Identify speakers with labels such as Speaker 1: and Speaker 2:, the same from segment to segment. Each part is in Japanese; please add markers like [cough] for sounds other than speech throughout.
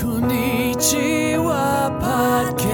Speaker 1: こんにちは、podcast.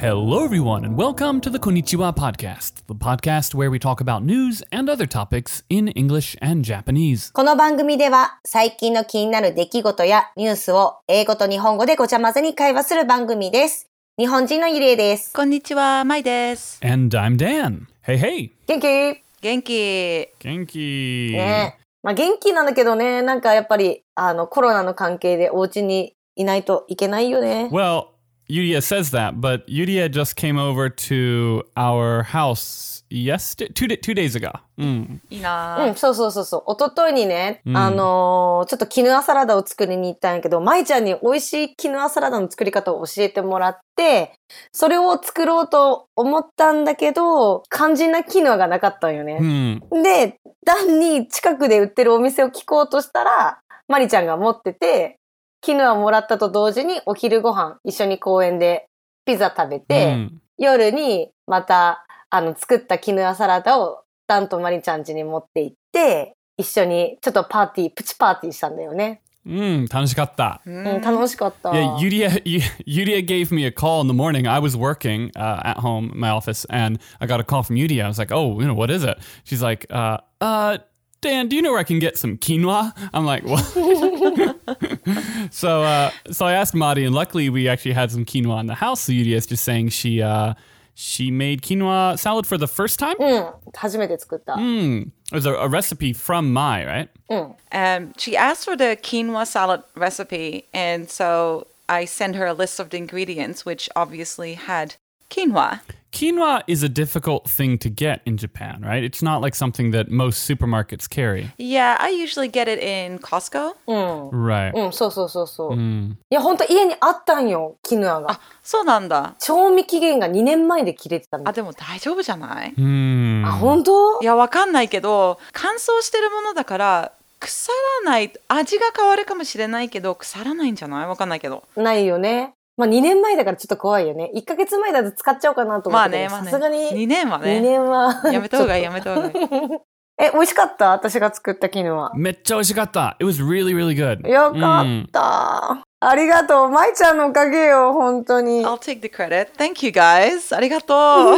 Speaker 1: Hello, everyone, and welcome to the Konnichiwa Podcast, the podcast where we talk about news and other topics in English and Japanese.
Speaker 2: この番組では最近の気になる出来事やニュースを英語と日本語でごちゃ混ぜに会話する番組です。日本人のゆりえです。
Speaker 3: こんにちは、まいです。
Speaker 1: And I'm Dan. Hey, hey.
Speaker 2: 元気
Speaker 3: 元気。
Speaker 1: Genki.
Speaker 2: ねまあ元気なんだけどね、なんかやっぱりあのコロナの関係でお家にいないといけないよね。
Speaker 1: Well, Yuria says that, but Yuria just came over to our house yesterday, two, da- two days ago. Mm.
Speaker 3: いいな
Speaker 2: う
Speaker 3: ぁ
Speaker 2: ん、そうそうそうそう。一昨日にね、
Speaker 1: うん
Speaker 2: あのーちょっと絹アサラダを作りに行ったんやけど、舞ちゃんに美味しい絹アサラダの作り方を教えてもらって、それを作ろうと思ったんだけど、肝心な絹がなかったんよね。
Speaker 1: Hmm.
Speaker 2: で、ダンに近くで売ってるお店を聞こうとしたら、マリちゃんが持ってて、昨日はもらったと同時にお昼ご飯一緒に公園でピザ食べて、
Speaker 1: Hmm.
Speaker 2: 夜にまたあの作った絹アサラダをダンとマリちゃん家に持って行って、一緒にちょっとパーティー、プチパーティーしたんだよね。
Speaker 1: Hmm. 楽しかった。
Speaker 3: う
Speaker 2: うん、楽しかった。
Speaker 1: Yeah, [laughs] Yuria, Yuria gave me a call in the morning. I was working uh, at home, in my office, and I got a call from Yuria. I was like, "Oh, you know what is it?" She's like, "Uh, uh, Dan, do you know where I can get some quinoa?" [laughs] I'm like, "What?" so, uh, so I asked Madi, and luckily we actually had some quinoa in the house. So Yuria is just saying she uh, she made quinoa salad for the first time.
Speaker 2: うん、初めて作った。
Speaker 1: Mm. It was a, a recipe from Mai, right?
Speaker 3: Um, she asked for the quinoa salad recipe, and so I sent her a list of the ingredients, which obviously had quinoa.
Speaker 1: Quinoa is a difficult thing to get in Japan, right? It's not like something that most supermarkets carry.
Speaker 3: Yeah, I usually get it in Costco.
Speaker 2: うん。
Speaker 1: Right.
Speaker 2: うん、そうそうそうそう。い
Speaker 1: Mm.
Speaker 2: や、ほんと家にあったんよ、絹が。
Speaker 3: そうなんだ。
Speaker 2: 賞味期限が2年前で切れてたの
Speaker 3: あ、。でも大丈夫じゃない
Speaker 2: あ、
Speaker 1: Hmm.
Speaker 2: 本当
Speaker 3: いや、わかんないけど、乾燥してるものだから、腐らない、味が変わるかもしれないけど、腐らないんじゃないわかんないけど。
Speaker 2: ないよね。まあ2年前だからちょっと怖いよね。1ヶ月前だと使っちゃおうかなと思
Speaker 3: まあ
Speaker 2: ってたけ
Speaker 3: ね、
Speaker 2: ど。
Speaker 3: まあね。
Speaker 2: さすがに
Speaker 3: 2年は
Speaker 2: 2
Speaker 3: ね。
Speaker 2: 年は。
Speaker 3: やめた方がいい、
Speaker 2: ちょ
Speaker 3: やめた方がいい。
Speaker 2: っと [laughs] え、美味しかった私が作った絹は。
Speaker 1: めっちゃ美味しかった。It was really, really good. Hmm.
Speaker 2: よかった。ありがとう。まいちゃんのおかげよ、本当に。
Speaker 3: I'll take the credit. Thank you guys. ありがとう。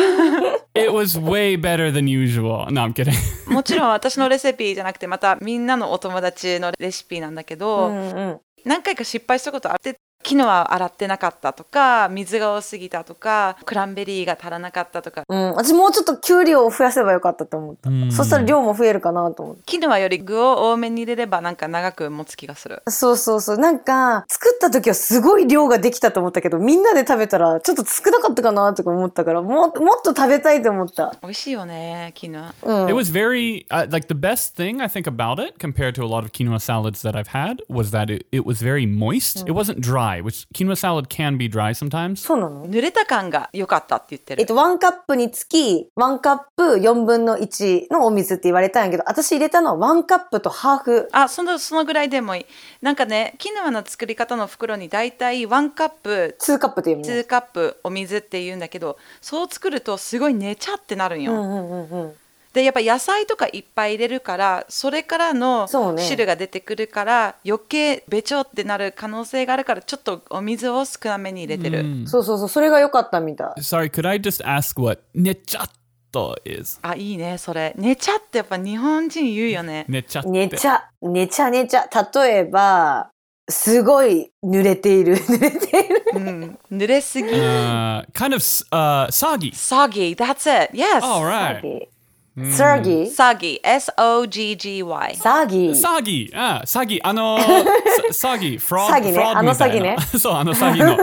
Speaker 1: It was way better than usual. No, I'm kidding.
Speaker 3: もちろん私のレシピじゃなくてまたみんなのお友達のレシピなんだけ
Speaker 2: う
Speaker 3: ど、
Speaker 2: んうん。
Speaker 3: 何回か失敗したことあって昨日は洗ってなかったとか水が多すぎたとかクランベリーが足らなかったとか
Speaker 2: うん、私もうちょっと給料を増やせばよかったと思った。
Speaker 1: うん
Speaker 2: そしたら量も増えるかなと思って。
Speaker 3: 昨日はより具を多めに入れればなんか長く持つ気がする。
Speaker 2: そうそうそう。なんか、作った時はすごい量ができたと思ったけど、みんなで食べたらちょっと少なかったかなとか思ったから、もっともっと食べたいと思った。
Speaker 3: 美味しいよね昨日。
Speaker 2: うん。
Speaker 1: It was very, uh, like, the best thing I think about it compared to a lot of quinoa salads that I've had was that it, it was very moist. It wasn't dry, which quinoa salad can be dry sometimes.
Speaker 2: そうなの
Speaker 3: 濡れた感が良かったって言って
Speaker 2: えっ
Speaker 3: る。
Speaker 2: と、ワンカップにつき、ワンカップ4分の1のお水って言われたんやけど、私入れたのはワンカップとハーフ。
Speaker 3: あそのそのぐらいでもいい。なんかねキヌアの作り方の袋にだいたい1カップ
Speaker 2: 2カップって言うのね。
Speaker 3: 2カップお水って言うんだけどそう作るとすごい寝ちゃってなるんよ、
Speaker 2: うんうんうんうん。
Speaker 3: でやっぱ野菜とかいっぱい入れるからそれからの
Speaker 2: そうね
Speaker 3: 汁が出てくるから、余計べちょってなる可能性があるからちょっとお水を少なめに入れてる、
Speaker 2: そうそうそう、それが良かったみたい。
Speaker 1: Hmm. Sorry, could I just ask what nechato is?
Speaker 3: あいいねそれ寝ちゃってやっぱ日本人言うよね
Speaker 1: Nechatte.
Speaker 2: 寝ちゃ、寝ちゃ寝ちゃ。例えば、すごい濡れている。 [laughs] 濡れている。
Speaker 3: うん濡れすぎ
Speaker 1: Uh, kind of uh, soggy.
Speaker 3: soggy that's it yes
Speaker 1: All right.
Speaker 2: サーギー
Speaker 3: soggy S-O-G-G-Y
Speaker 2: サーギー
Speaker 1: Soggy. Ah, soggy. あの、
Speaker 2: [laughs]
Speaker 1: さ- soggy. Fraud,
Speaker 2: 詐欺ね。
Speaker 1: fraud [laughs]
Speaker 2: あの詐欺ね。
Speaker 1: みたいな。そう、あの詐欺の。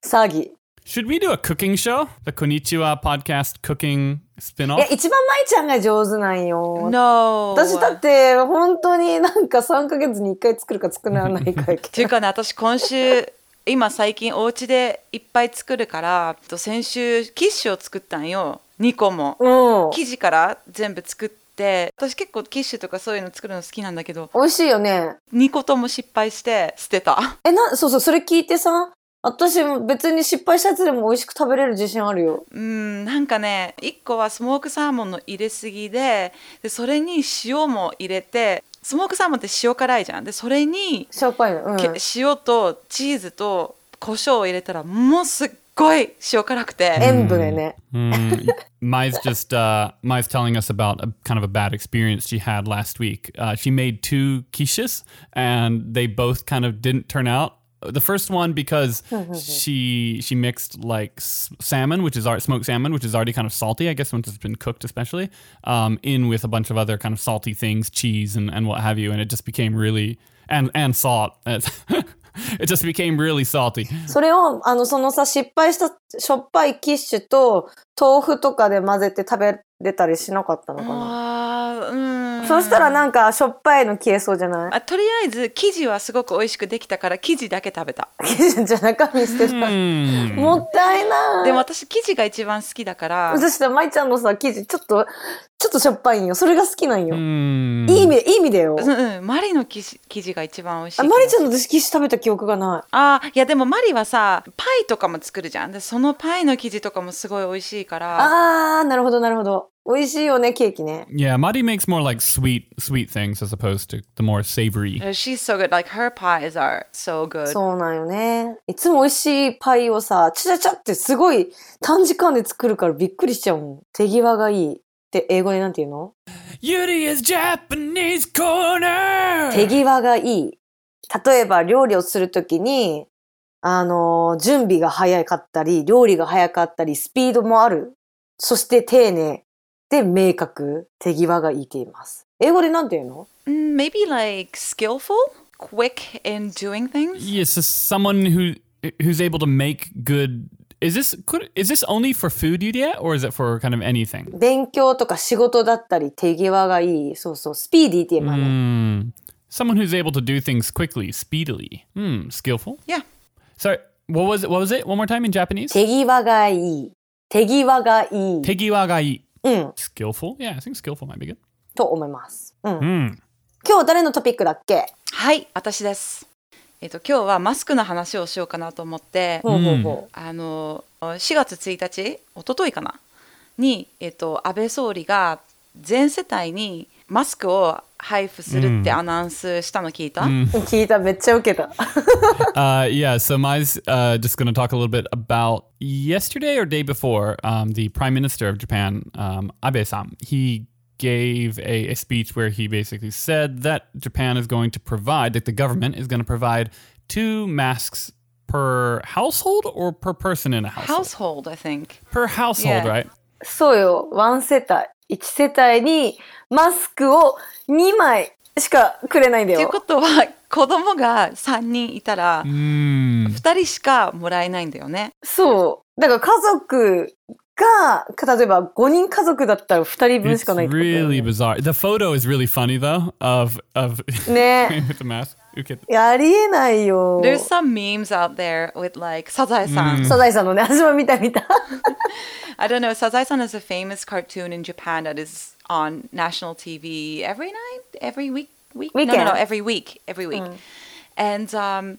Speaker 2: サーギー。い
Speaker 1: Should we do a cooking show? The Konnichiwa podcast cooking
Speaker 2: や、
Speaker 1: spin-off?
Speaker 2: 一番舞ちゃんが上手なんよ。
Speaker 3: No
Speaker 2: 私だって、本当になんか3ヶ月に1回作るか作らない [laughs] かや
Speaker 3: ってい
Speaker 2: け
Speaker 3: うかね私今週今最近お家でいっぱい作るからと先週キッシュを作ったんよ2個も
Speaker 2: ど。うん。
Speaker 3: 生地から全部作って私結構キッシュとかそういうの作るの好きなんだけど
Speaker 2: 美味しいよね。
Speaker 3: 2個とも失敗して捨てた
Speaker 2: え、な、そうそう、それ聞いてさ、私も別に失敗したやつでも美味しく食べれる自信あるよ。
Speaker 3: うんなんかね1個はスモークサーモンの入れすぎででそれに塩も入れてスモークサーモンって塩辛いじゃんでそれに
Speaker 2: しょっぱいの。うん。
Speaker 3: け塩とチーズと胡椒を入れたらもうすっごい塩辛くて
Speaker 2: 塩分でね。
Speaker 1: Mm. Mai's just uh, Mai's telling us about a kind of a bad experience she had last week. Uh, she made two quiches, and they both kind of didn't turn out. The first one because she she mixed like s- salmon, which is our smoked salmon, which is already kind of salty, I guess, once it's been cooked, especially, um, in with a bunch of other kind of salty things, cheese and, and what have you, and it just became really and and salt. [laughs] it just became really salty.
Speaker 2: それを、あの、そのさ、失敗したしょっぱいキッシュと豆腐とかで混ぜて食べれたりしなかったのかな。
Speaker 3: あーうん
Speaker 2: そしたらなんか、しょっぱいの消えそうじゃない
Speaker 3: あとりあえず生地はすごく美味しくできたから生地だけ食べた
Speaker 2: キッシュじゃ中身捨てた。
Speaker 1: Hmm.
Speaker 2: もったいない。
Speaker 3: でも私生地が一番好きだから
Speaker 2: そしたら、まいちゃんのさ、生地、ちょっと、ちょっとしょっぱいんよ。それが好きなんよ。
Speaker 1: Hmm.
Speaker 2: いい意味で、いい意味でよ。
Speaker 3: うんうんマリの生地生地が一番美味しい
Speaker 2: あ、
Speaker 3: 気
Speaker 2: ま
Speaker 3: が
Speaker 2: りちゃんの私、キッシュ食べた記憶がない。
Speaker 3: あーいやでもマリはさパイとかも作るじゃんでそのパイの生地とかもすごい美味しいから
Speaker 2: あー、なるほど、なるほど。美味しいよね、ケーキね。
Speaker 1: Yeah, Mari makes more like sweet, sweet things as opposed to the more savory.
Speaker 3: She's so good like her pies are so good
Speaker 2: そうなんよね。いつも美味しいパイをさ、ちゃちゃちゃってすごい短時間で作るからびっくりしちゃうもん。手際がいい。って英語でなんて言うの
Speaker 1: Yuri is Japanese corner.
Speaker 2: 手際がいい。例えば料理をするときに、あのー、準備が早かったり、料理が早かったり、スピードもある。そして丁寧。で、明確。手際がいいって言います。英語でなんて言うの
Speaker 3: Mm, maybe like skillful quick in doing things
Speaker 1: Yes, is someone who who's able to make good. Is this could is this only for food, Yuri, or is it for kind of anything?
Speaker 2: 勉強とか仕事だったり、手際がいい。そうそう、スピーディーって言いますね。
Speaker 1: Hmm. Someone who's able to do things quickly, speedily. Hmm. Skillful.
Speaker 3: Yeah
Speaker 1: Sorry. What was it? What was it? One more time in Japanese.
Speaker 2: 手際がいい。手際がいい。
Speaker 1: Tegiwagai.
Speaker 2: うん。
Speaker 1: Skillful. Yeah, I think skillful might be good.
Speaker 2: と思います。うん。
Speaker 1: Hmm.
Speaker 2: 今日誰のトピックだっけ
Speaker 3: はい私ですえっ、と今日はマスクの話をしようかなと思って
Speaker 2: ほうほうほ
Speaker 3: あの4月1日一昨日かなに、えっと安倍総理が全世帯にマスクを配布するってアナウンスしたの聞いた、
Speaker 1: Mm-hmm.
Speaker 2: う。聞いた。めっちゃウケた。
Speaker 1: Uh, yeah, so Mai's uh, just going to talk a little bit about yesterday or day before um, the Prime Minister of Japan, um, Abe-san. He gave a, a speech where he basically said that Japan is going to provide, that the government is going to provide two masks per household or per person in a household?
Speaker 3: Household I think
Speaker 1: per household,
Speaker 3: Yeah.
Speaker 1: right?
Speaker 2: そうよ。ワン世帯、1世帯にマスクを2枚しかくれないんだ
Speaker 3: という
Speaker 2: よ
Speaker 3: こ。とは子供が3人いたら
Speaker 1: Mm.
Speaker 3: 2人しかもらえないんだよね
Speaker 2: そう。だから家族が、例えば5人家族だったら2人分し
Speaker 1: It's
Speaker 2: かないってことだよ
Speaker 1: really
Speaker 2: ね
Speaker 1: bizarre. The photo is really funny, though, of, of [laughs]
Speaker 2: ね
Speaker 1: with the mask. Okay.
Speaker 2: いやありえないよ。
Speaker 3: There's some memes out there with like サザエさん、
Speaker 2: サザエさんのね、私も見た見た。
Speaker 3: I don't know サザエさん is a famous cartoon in Japan that is on national TV every night every week week no no no
Speaker 2: Weekend.
Speaker 3: every week every week and um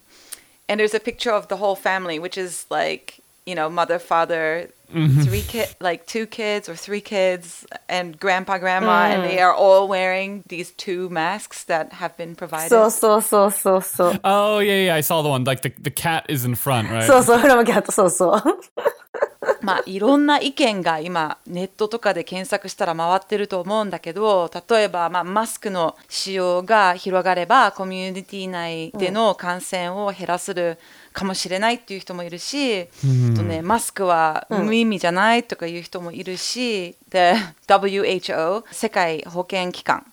Speaker 3: and there's a picture of the whole family which is like you know mother father three kid like two kids or three kids and grandpa grandma and they are all wearing these two masks that have been provided
Speaker 2: そうそうそうそうそう。
Speaker 1: Oh yeah, yeah, I saw the one. Like the, the cat is in front, right?
Speaker 2: そうそう、フラマキャット、そうそう。
Speaker 3: [laughs] まあいろんな意見が今ネットとかで検索したら回ってると思うんだけど例えば、まあ、マスクの使用が広がればコミュニティ内での感染を減らせるかもしれないっていう人もいるし、あとね、マスクは無意味じゃないとかいう人もいるし、で WHO 世界保健機関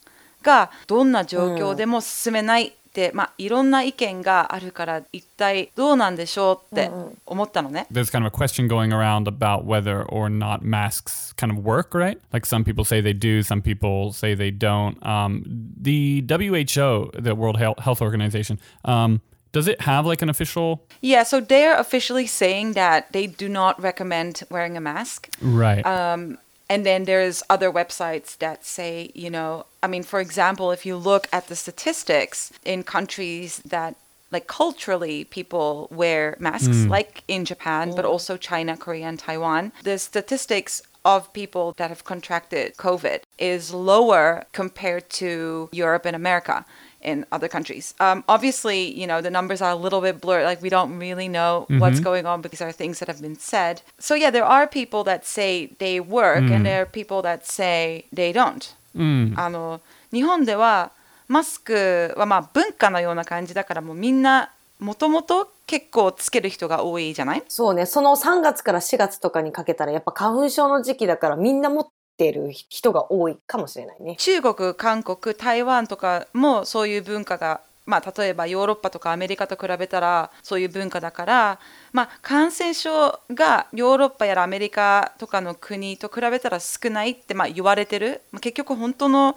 Speaker 3: がどんな状況でも進めないって、まあ、いろんな意見があるから一体どうなんでしょうって思ったのね。
Speaker 1: There's kind of a question going around about whether or not masks kind of work, right? Like some people say they do, some people say they don't. Um, the WHO, the World Health Health Organization, um, does it have like an official?
Speaker 3: Yeah, so they're officially saying that they do not recommend wearing a mask.
Speaker 1: Right.
Speaker 3: Um, and then there's other websites that say, you know, I mean, for example, if you look at the statistics in countries that like culturally people wear masks, like in Japan, but also China, Korea, and Taiwan, the statistics of people that have contracted COVID is lower compared to Europe and America in other countries. Um, obviously, you know, the numbers are a little bit blurred. Like, we don't really know what's going on, but these are things that have been said. So, yeah, there are people that say they work, and there are people that say they don't. あの日本ではマスクはまあ文化のような感じだからもうみんなもともと結構つける人が多いじゃない
Speaker 2: [laughs] そうね、その3月から4月とかにかけたら、やっぱ花粉症の時期だからみんな持ってる人が多いかもしれないね。
Speaker 3: 中国韓国台湾とかもそういう文化が、まあ、例えばヨーロッパとかアメリカと比べたらそういう文化だから、まあ、感染症がヨーロッパやらアメリカとかの国と比べたら少ないってまあ言われてる、まあ、結局本当の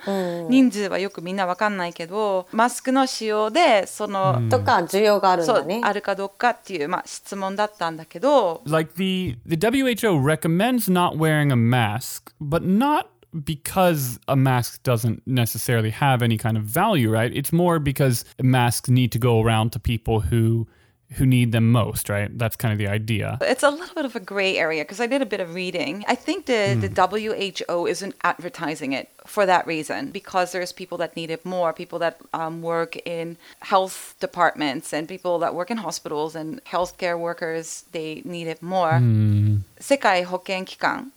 Speaker 3: 人数はよくみんなわかんないけど、マスクの使用でその、
Speaker 2: とか、需要があるん
Speaker 3: そ
Speaker 2: だ
Speaker 3: う
Speaker 2: ね。
Speaker 3: あるかどうかっていう、まあ、質問だったんだけど
Speaker 1: like the the WHO recommends not wearing a mask, but not because a mask doesn't necessarily have any kind of value, right? It's more because masks need to go around to people who who need them most, right? That's kind of the idea.
Speaker 3: It's a little bit of a gray area because I did a bit of reading. I think the, the WHO isn't advertising it for that reason because there's people that need it more, people that um, work in health departments and people that work in hospitals and healthcare workers, they need it more. 世界保健機関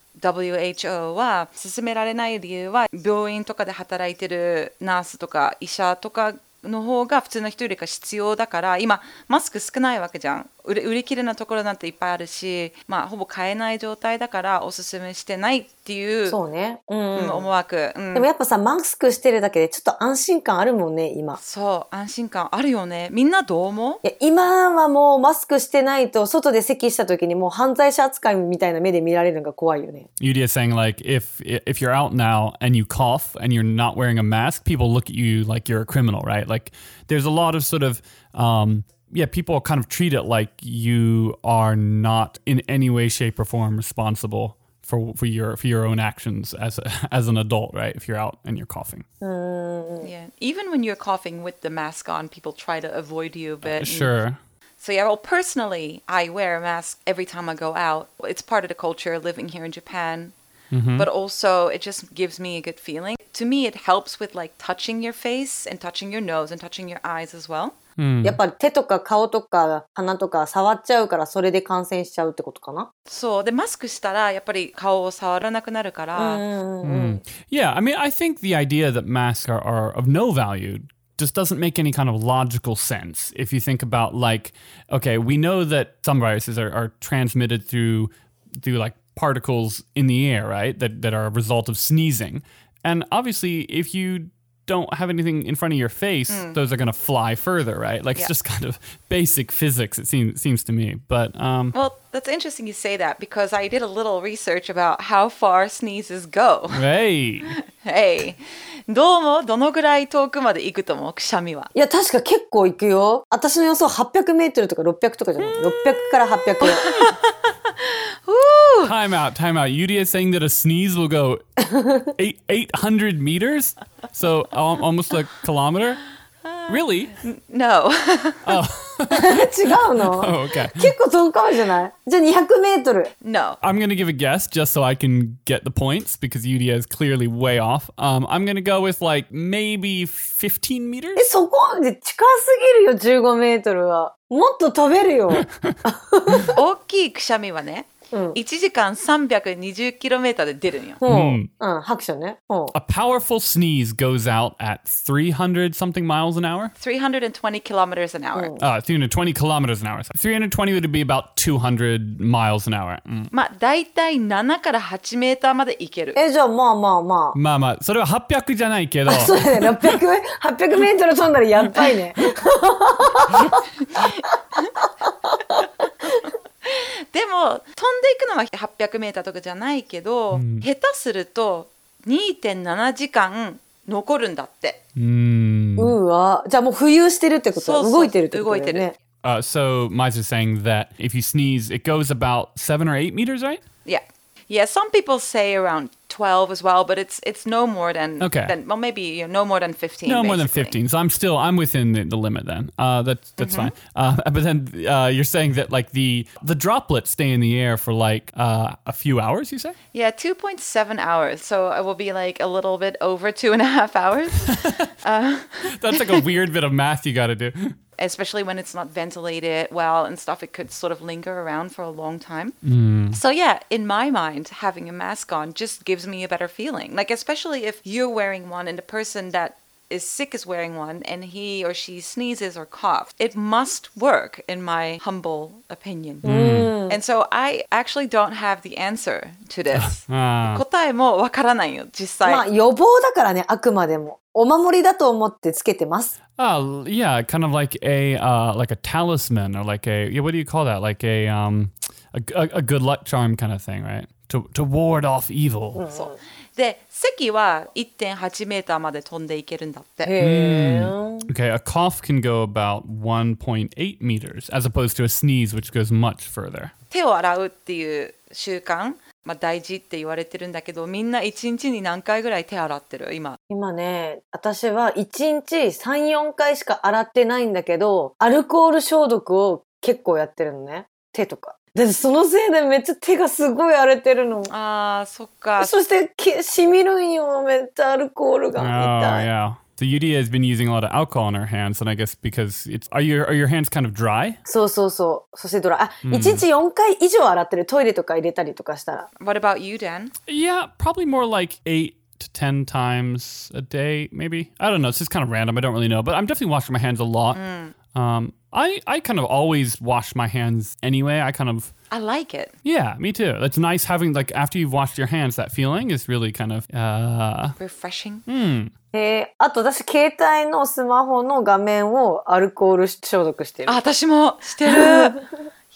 Speaker 3: WHO は勧められない理由は病院とかで働いてるナースとか医者とかの方が普通の人よりか必要だから今マスク少ないわけじゃん売れ売り切れなところなんていっぱいあるし、まあ、ほぼ買えない状態だからおすすめしてないっていう
Speaker 2: そうね。うん。
Speaker 3: うん思惑、うん
Speaker 2: でもやっぱさ、マスクしてるだけでちょっと安心感あるもんね、今。
Speaker 3: そう安心感あるよねみんなどう思
Speaker 2: いや今はもうマスクしてないと、外で咳した時にもう犯罪者扱いみたいな目で見られるのが怖いよね。
Speaker 1: Yudia saying like if if you're out now and you cough and you're not wearing a mask, people look at you like you're a criminal, right? Like there's a lot of sort of um yeah, people kind of treat it like you are not in any way shape or form responsible for for your for your own actions as [laughs] a, as an adult, right? If you're out and you're coughing.
Speaker 3: う、yeah. Even when you're coughing with the mask on people try to avoid you but
Speaker 1: Sure.
Speaker 3: So yeah, well, personally, I wear a mask every time I go out. It's part of the culture living here in Japan, but also it just gives me a good feeling. To me, it helps with like touching your face and touching your nose and touching your eyes as well.
Speaker 2: やっぱ手とか顔とか鼻とか触っちゃうから、それで感染しちゃうってことかな。
Speaker 3: そうでマスクしたらやっぱり顔を触らなくなるから、
Speaker 1: Yeah, I mean, I think the idea that masks are, are of no value just doesn't make any kind of logical sense. If you think about, like, okay, we know that some viruses are, are transmitted through through like particles in the air, right? That that are a result of sneezing, and obviously, if you don't have anything in front of your face, those are going to fly further, right? Like it's just kind of [laughs] basic physics. It seems seems to me, but um,
Speaker 3: Well, that's interesting you say that because I did a little research about how far sneezes go. [laughs]
Speaker 1: hey,
Speaker 3: hey, どうもどのぐらい遠くまで行くと思うくしゃみは。
Speaker 2: いや、確か結構行くよ。私の予想800メートルとか600とかじゃない。600から800。 [laughs]
Speaker 1: Time out, time out. Yudi is saying that a sneeze will
Speaker 2: [laughs]
Speaker 1: go eight, 800 meters, so al- almost a kilometer. Really?
Speaker 3: No. [laughs]
Speaker 2: 違うの
Speaker 1: Oh, okay.
Speaker 2: 結構遠くからじゃないじゃあ200メートル。
Speaker 3: no.
Speaker 1: I'm going to give a guess just so I can get the points because Yudi is clearly way off. Um, I'm going to go with like maybe 15
Speaker 2: え、
Speaker 1: meters.
Speaker 2: そこで近すぎるよ、15メートルは。もっと飛べるよ。
Speaker 3: 大きいくしゃみはね、1時間 320km で出るんよ。
Speaker 2: ほう。うん、拍手ね。ほ
Speaker 1: A powerful sneeze goes out at 300 something miles an hour.
Speaker 3: 320km an hour、
Speaker 1: Uh, 320 kilometers an hour. 320 would be about 200 miles an hour. Mm.
Speaker 3: まあ大体7から8メーターまで行ける
Speaker 2: う。。え、じゃあまあまあまあ。
Speaker 1: まあまあ、それは800じゃないけど。
Speaker 2: [laughs] そうだね、600、800メートル飛んだらやっばいね。
Speaker 3: でも飛んでいくのは 800m とかじゃないけど、下手すると2.7時間残るんだって。
Speaker 2: うわ。じゃあもう浮遊してるってこと
Speaker 3: そうそう
Speaker 2: 動いてるってことだよ
Speaker 3: 動い
Speaker 2: ね
Speaker 3: て。
Speaker 1: Uh, so Miser's saying that if you sneeze, it goes about seven or eight meters, right?
Speaker 3: いや、 Yeah, some people say around 12 as well, but it's it's no more than
Speaker 1: Okay.
Speaker 3: than well maybe you know, no more than 15.
Speaker 1: No more than
Speaker 3: basically.
Speaker 1: 15. So I'm still I'm within the, the limit then. Uh, that's that's fine. Uh, [laughs] but then uh, you're saying that like the the droplets stay in the air for like uh, a few hours. You say? [laughs]
Speaker 3: Yeah, 2.7 hours. So I will be like a little bit over two and a half hours,
Speaker 1: That's like a weird bit of math you got to do. [laughs]
Speaker 3: especially when it's not ventilated well and stuff. It could sort of linger around for a long time. So yeah, in my mind, having a mask on just gives me a better feeling. Like especially if you're wearing one and the person that is sick is wearing one and he or she sneezes or coughs. It must work in my humble opinion. And so I actually don't have the answer to this.
Speaker 1: あ
Speaker 3: 答えもわからないよ、実際。
Speaker 2: まあ予防だからね、あくまでも。お守りだと思ってつけてます。
Speaker 1: uh, yeah, kind of like a uh, like a talisman or like a yeah, what do you call that? Like a um a, a, a good luck charm kind of thing, right? To to ward off evil.
Speaker 3: そうで席は1.8メーターまで飛んでいけるんだって
Speaker 2: へー
Speaker 1: Hmm. Okay, a cough can go about 1.8 meters as opposed to a sneeze which goes much further.
Speaker 3: 手を洗うっていう習慣、まあ、大事って言われてるんだけどみんな1日に何回ぐらい手洗ってる今
Speaker 2: 今ね、私は1日3、4回しか洗ってないんだけど、アルコール消毒を結構やってるのね。手とか。だってそのせいでめっちゃ手がすごい荒れてるの。
Speaker 3: あーそっか
Speaker 2: そして、け染みるんよ。めっちゃアルコール
Speaker 1: Oh
Speaker 2: がみたい。
Speaker 1: yeah. So Yudia has been using a lot of alcohol on her hands, and I guess because it's are your are your hands kind of dry?
Speaker 2: そうそうそう。そしてドライ。あ、1日4回以上洗ってる。トイレとか入れたりとかしたら。
Speaker 3: What about you Dan?
Speaker 1: Yeah, probably more like eight to ten times a day, maybe. I don't know. It's just kind of random. I don't really know, but I'm definitely washing my hands a lot. Um, I I kind of always wash my hands anyway. I kind of
Speaker 3: I like it
Speaker 1: yeah, me too. That's nice having like after you've washed your hands, that feeling is really kind of uh
Speaker 3: refreshing
Speaker 2: えー、あと私、携帯のスマホの画面をアルコール消毒してる
Speaker 3: あ。私も
Speaker 2: [laughs]
Speaker 3: してる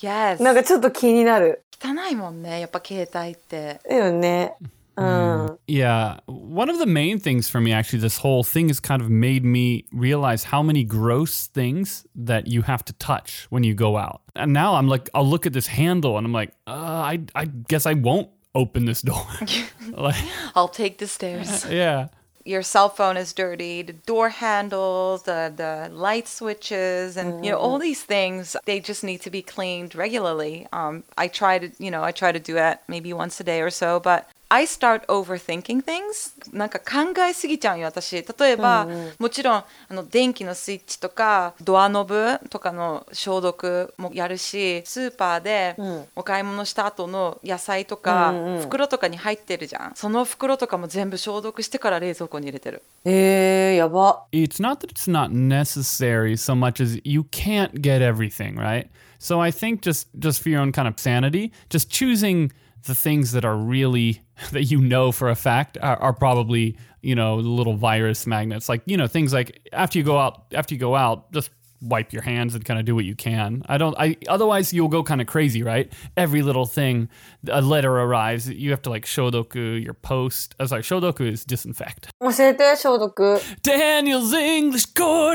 Speaker 3: Yes
Speaker 2: なんかちょっと気になる。
Speaker 3: 汚いもんねやっぱ携帯って
Speaker 2: だよね。うん。
Speaker 1: Yeah. One of the main things for me, actually, this whole thing has kind of made me realize how many gross things that you have to touch when you go out. And now I'm like, I'll look at this handle and I'm like, uh, I, I guess I won't open this door. [laughs] like,
Speaker 3: I'll take the stairs
Speaker 1: yeah.
Speaker 3: your cell phone is dirty, the door handles, the, the light switches, and you know all these things. They just need to be cleaned regularly. Um, I try to, you know, I try to do that maybe once a day or so, but. I start overthinking things. なんか考えすぎちゃうよ、私。例えば、もちろん、あの、電気のスイッチとか、ドアノブとかの消毒もやるし、スーパーでお買い物した後の野菜とか、袋とかに入ってるじゃん。その袋とかも全部消毒してから冷蔵庫に入れてる。
Speaker 2: えー、やば。
Speaker 1: It's not that it's not necessary so much as you can't get everything, right? So I think just just for your own kind of sanity, just choosing the things that are really [laughs] that you know for a fact are, are probably you know little virus magnets like you know things like after you go out after you go out just wipe your hands and kind of do what you can i don't i otherwise you'll go kind of crazy right every little thing a letter arrives you have to like shodoku your post oh, sorry shodoku is disinfect
Speaker 2: 教えて、消毒。
Speaker 1: Daniel's English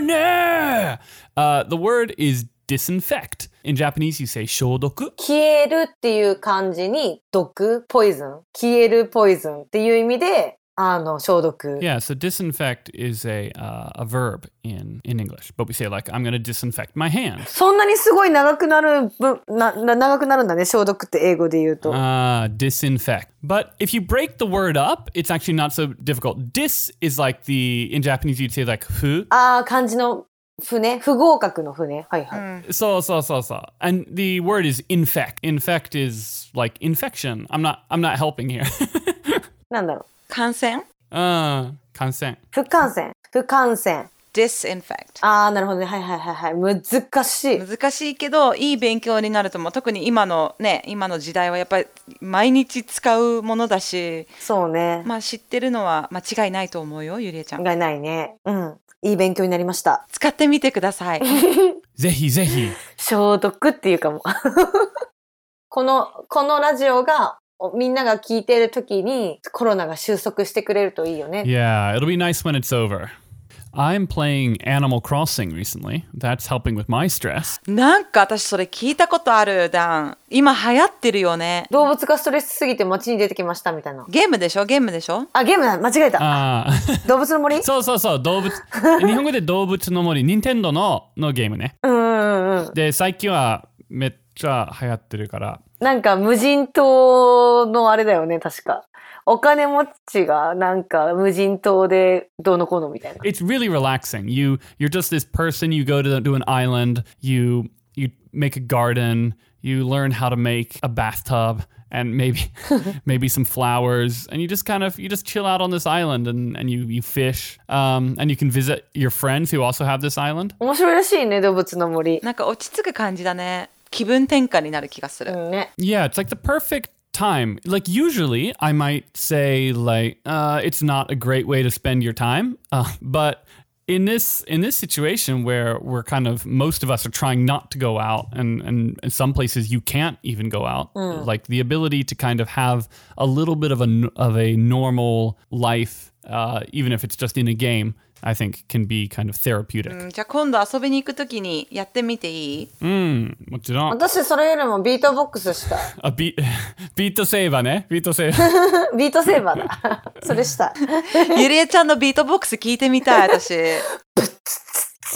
Speaker 1: Corner. Uh, the word is disinfect. In Japanese, you say shodoku.
Speaker 2: 消えるっていう漢字に、毒、ポイズン。消えるポイズンっていう意味で、あの、消毒。
Speaker 1: Yeah, so disinfect is a uh, a verb in in English, but we say like I'm going to disinfect my hands.
Speaker 2: そんなにすごい長くなる分な、な長くなるんだね、消毒って英語で言うと。
Speaker 1: Ah, disinfect. But if you break the word up, it's actually not so difficult. Dis is like the in Japanese you'd say like fu.
Speaker 2: ああ、漢字の船不合格の船。はいはい。
Speaker 1: So so so so. And the word is infect. Infect is like infection. I'm not I'm not helping here. [laughs]
Speaker 2: なんだろう。
Speaker 3: 感染
Speaker 1: uh, consent.
Speaker 2: 不感染。不感染。
Speaker 3: ?disinfect。
Speaker 2: ああ、なるほどね。はいはいはいはい。難しい。
Speaker 3: 難しいけど、いい勉強になると思う。特に今のね、今の時代はやっぱり毎日使うものだし、
Speaker 2: そうね。
Speaker 3: まあ知ってるのは間違いないと思うよ、ゆりえちゃん。
Speaker 2: がないね。うん。いい勉強になりました。
Speaker 3: 使ってみてください。
Speaker 1: Zehi zehi.
Speaker 2: 消毒っていうかも。 [laughs] この、このラジオが、おみんなが聞いてる時にコロナが収束してくれるといいよね。
Speaker 1: Yeah, it'll be nice when it's over. I'm playing Animal Crossing recently. That's helping with my stress.
Speaker 3: なんか私それ聞いたことあるダン今流行ってるよね
Speaker 2: 動物がストレスすぎて街に出てきましたみたいな。
Speaker 3: ゲームでしょゲームでしょ
Speaker 2: あ、ゲームだ。間違えた。
Speaker 1: あー
Speaker 2: 動物の森う
Speaker 1: Uh, [laughs] そうそうそう、動物。日本語で動物の森、任天堂ののゲームね。
Speaker 2: んうんうん。
Speaker 1: で、最近はめっちゃ流行ってるから。
Speaker 2: なんか無人島のあれだよね、確か。お金持ちがなんか無人島でどうのこうのみたいな。
Speaker 1: It's really relaxing. You you're just this person. You go to, to an island. You you make a garden. You learn how to make a bathtub and maybe maybe some flowers. And you just kind of you just chill out on this island and, and you you fish. Um, and you can visit your friends who also have this island.
Speaker 2: 面白いらしいね、動物の森。
Speaker 3: なんか落ち着く感じだね気分転換になる気がす
Speaker 2: う
Speaker 3: る、
Speaker 2: んね。
Speaker 1: Yeah, it's like the perfect time. Like usually I might say like uh, it's not a great way to spend your time, uh, but in this in this situation where we're kind of most of us are trying not to go out and and in some places you can't even go out like the ability to kind of have a little bit of a n- of a normal life uh, even if it's just in a game i think can be kind of therapeutic
Speaker 3: うんじゃあ今度遊びに行くときにやってみていい
Speaker 1: mm. what did I-
Speaker 2: 私それよりもビートボックスしたい。
Speaker 1: a Uh, beat [laughs] beat to save on beat to save
Speaker 2: [laughs] ビートセーバーだ。 [laughs] それしたい。
Speaker 3: ゆりえちゃんのビートボックス聞いてみたい [laughs] 私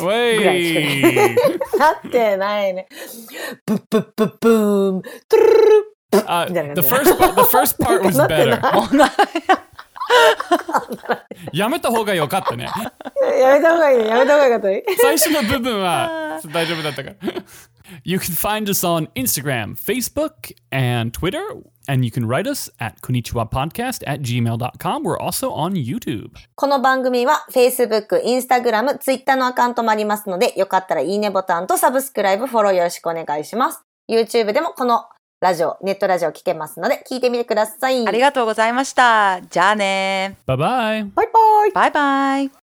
Speaker 1: Wait.
Speaker 2: なってないね。ブッブッブッブーン。トゥルルルル
Speaker 1: Uh, the first part, the first part was better. やめた方が良かったね。
Speaker 2: やめた方がいいね。やめた方がよかったね。
Speaker 1: 最初の部分は大丈夫だったから。You can find us on Instagram, Facebook, and Twitter. And you can write us at konichiwapodcast at gmail.com. We're also on YouTube.
Speaker 2: この番組は Facebook、Instagram、Twitter のアカウントもありますので、よかったらいいねボタンとサブスクライブ、フォローよろしくお願いします。YouTube でもこのラジオ、ネットラジオ聞けますので、聞いてみてください。
Speaker 3: ありがとうございましたじゃあね
Speaker 1: Bye bye.
Speaker 2: バイバイ。
Speaker 3: バイバイ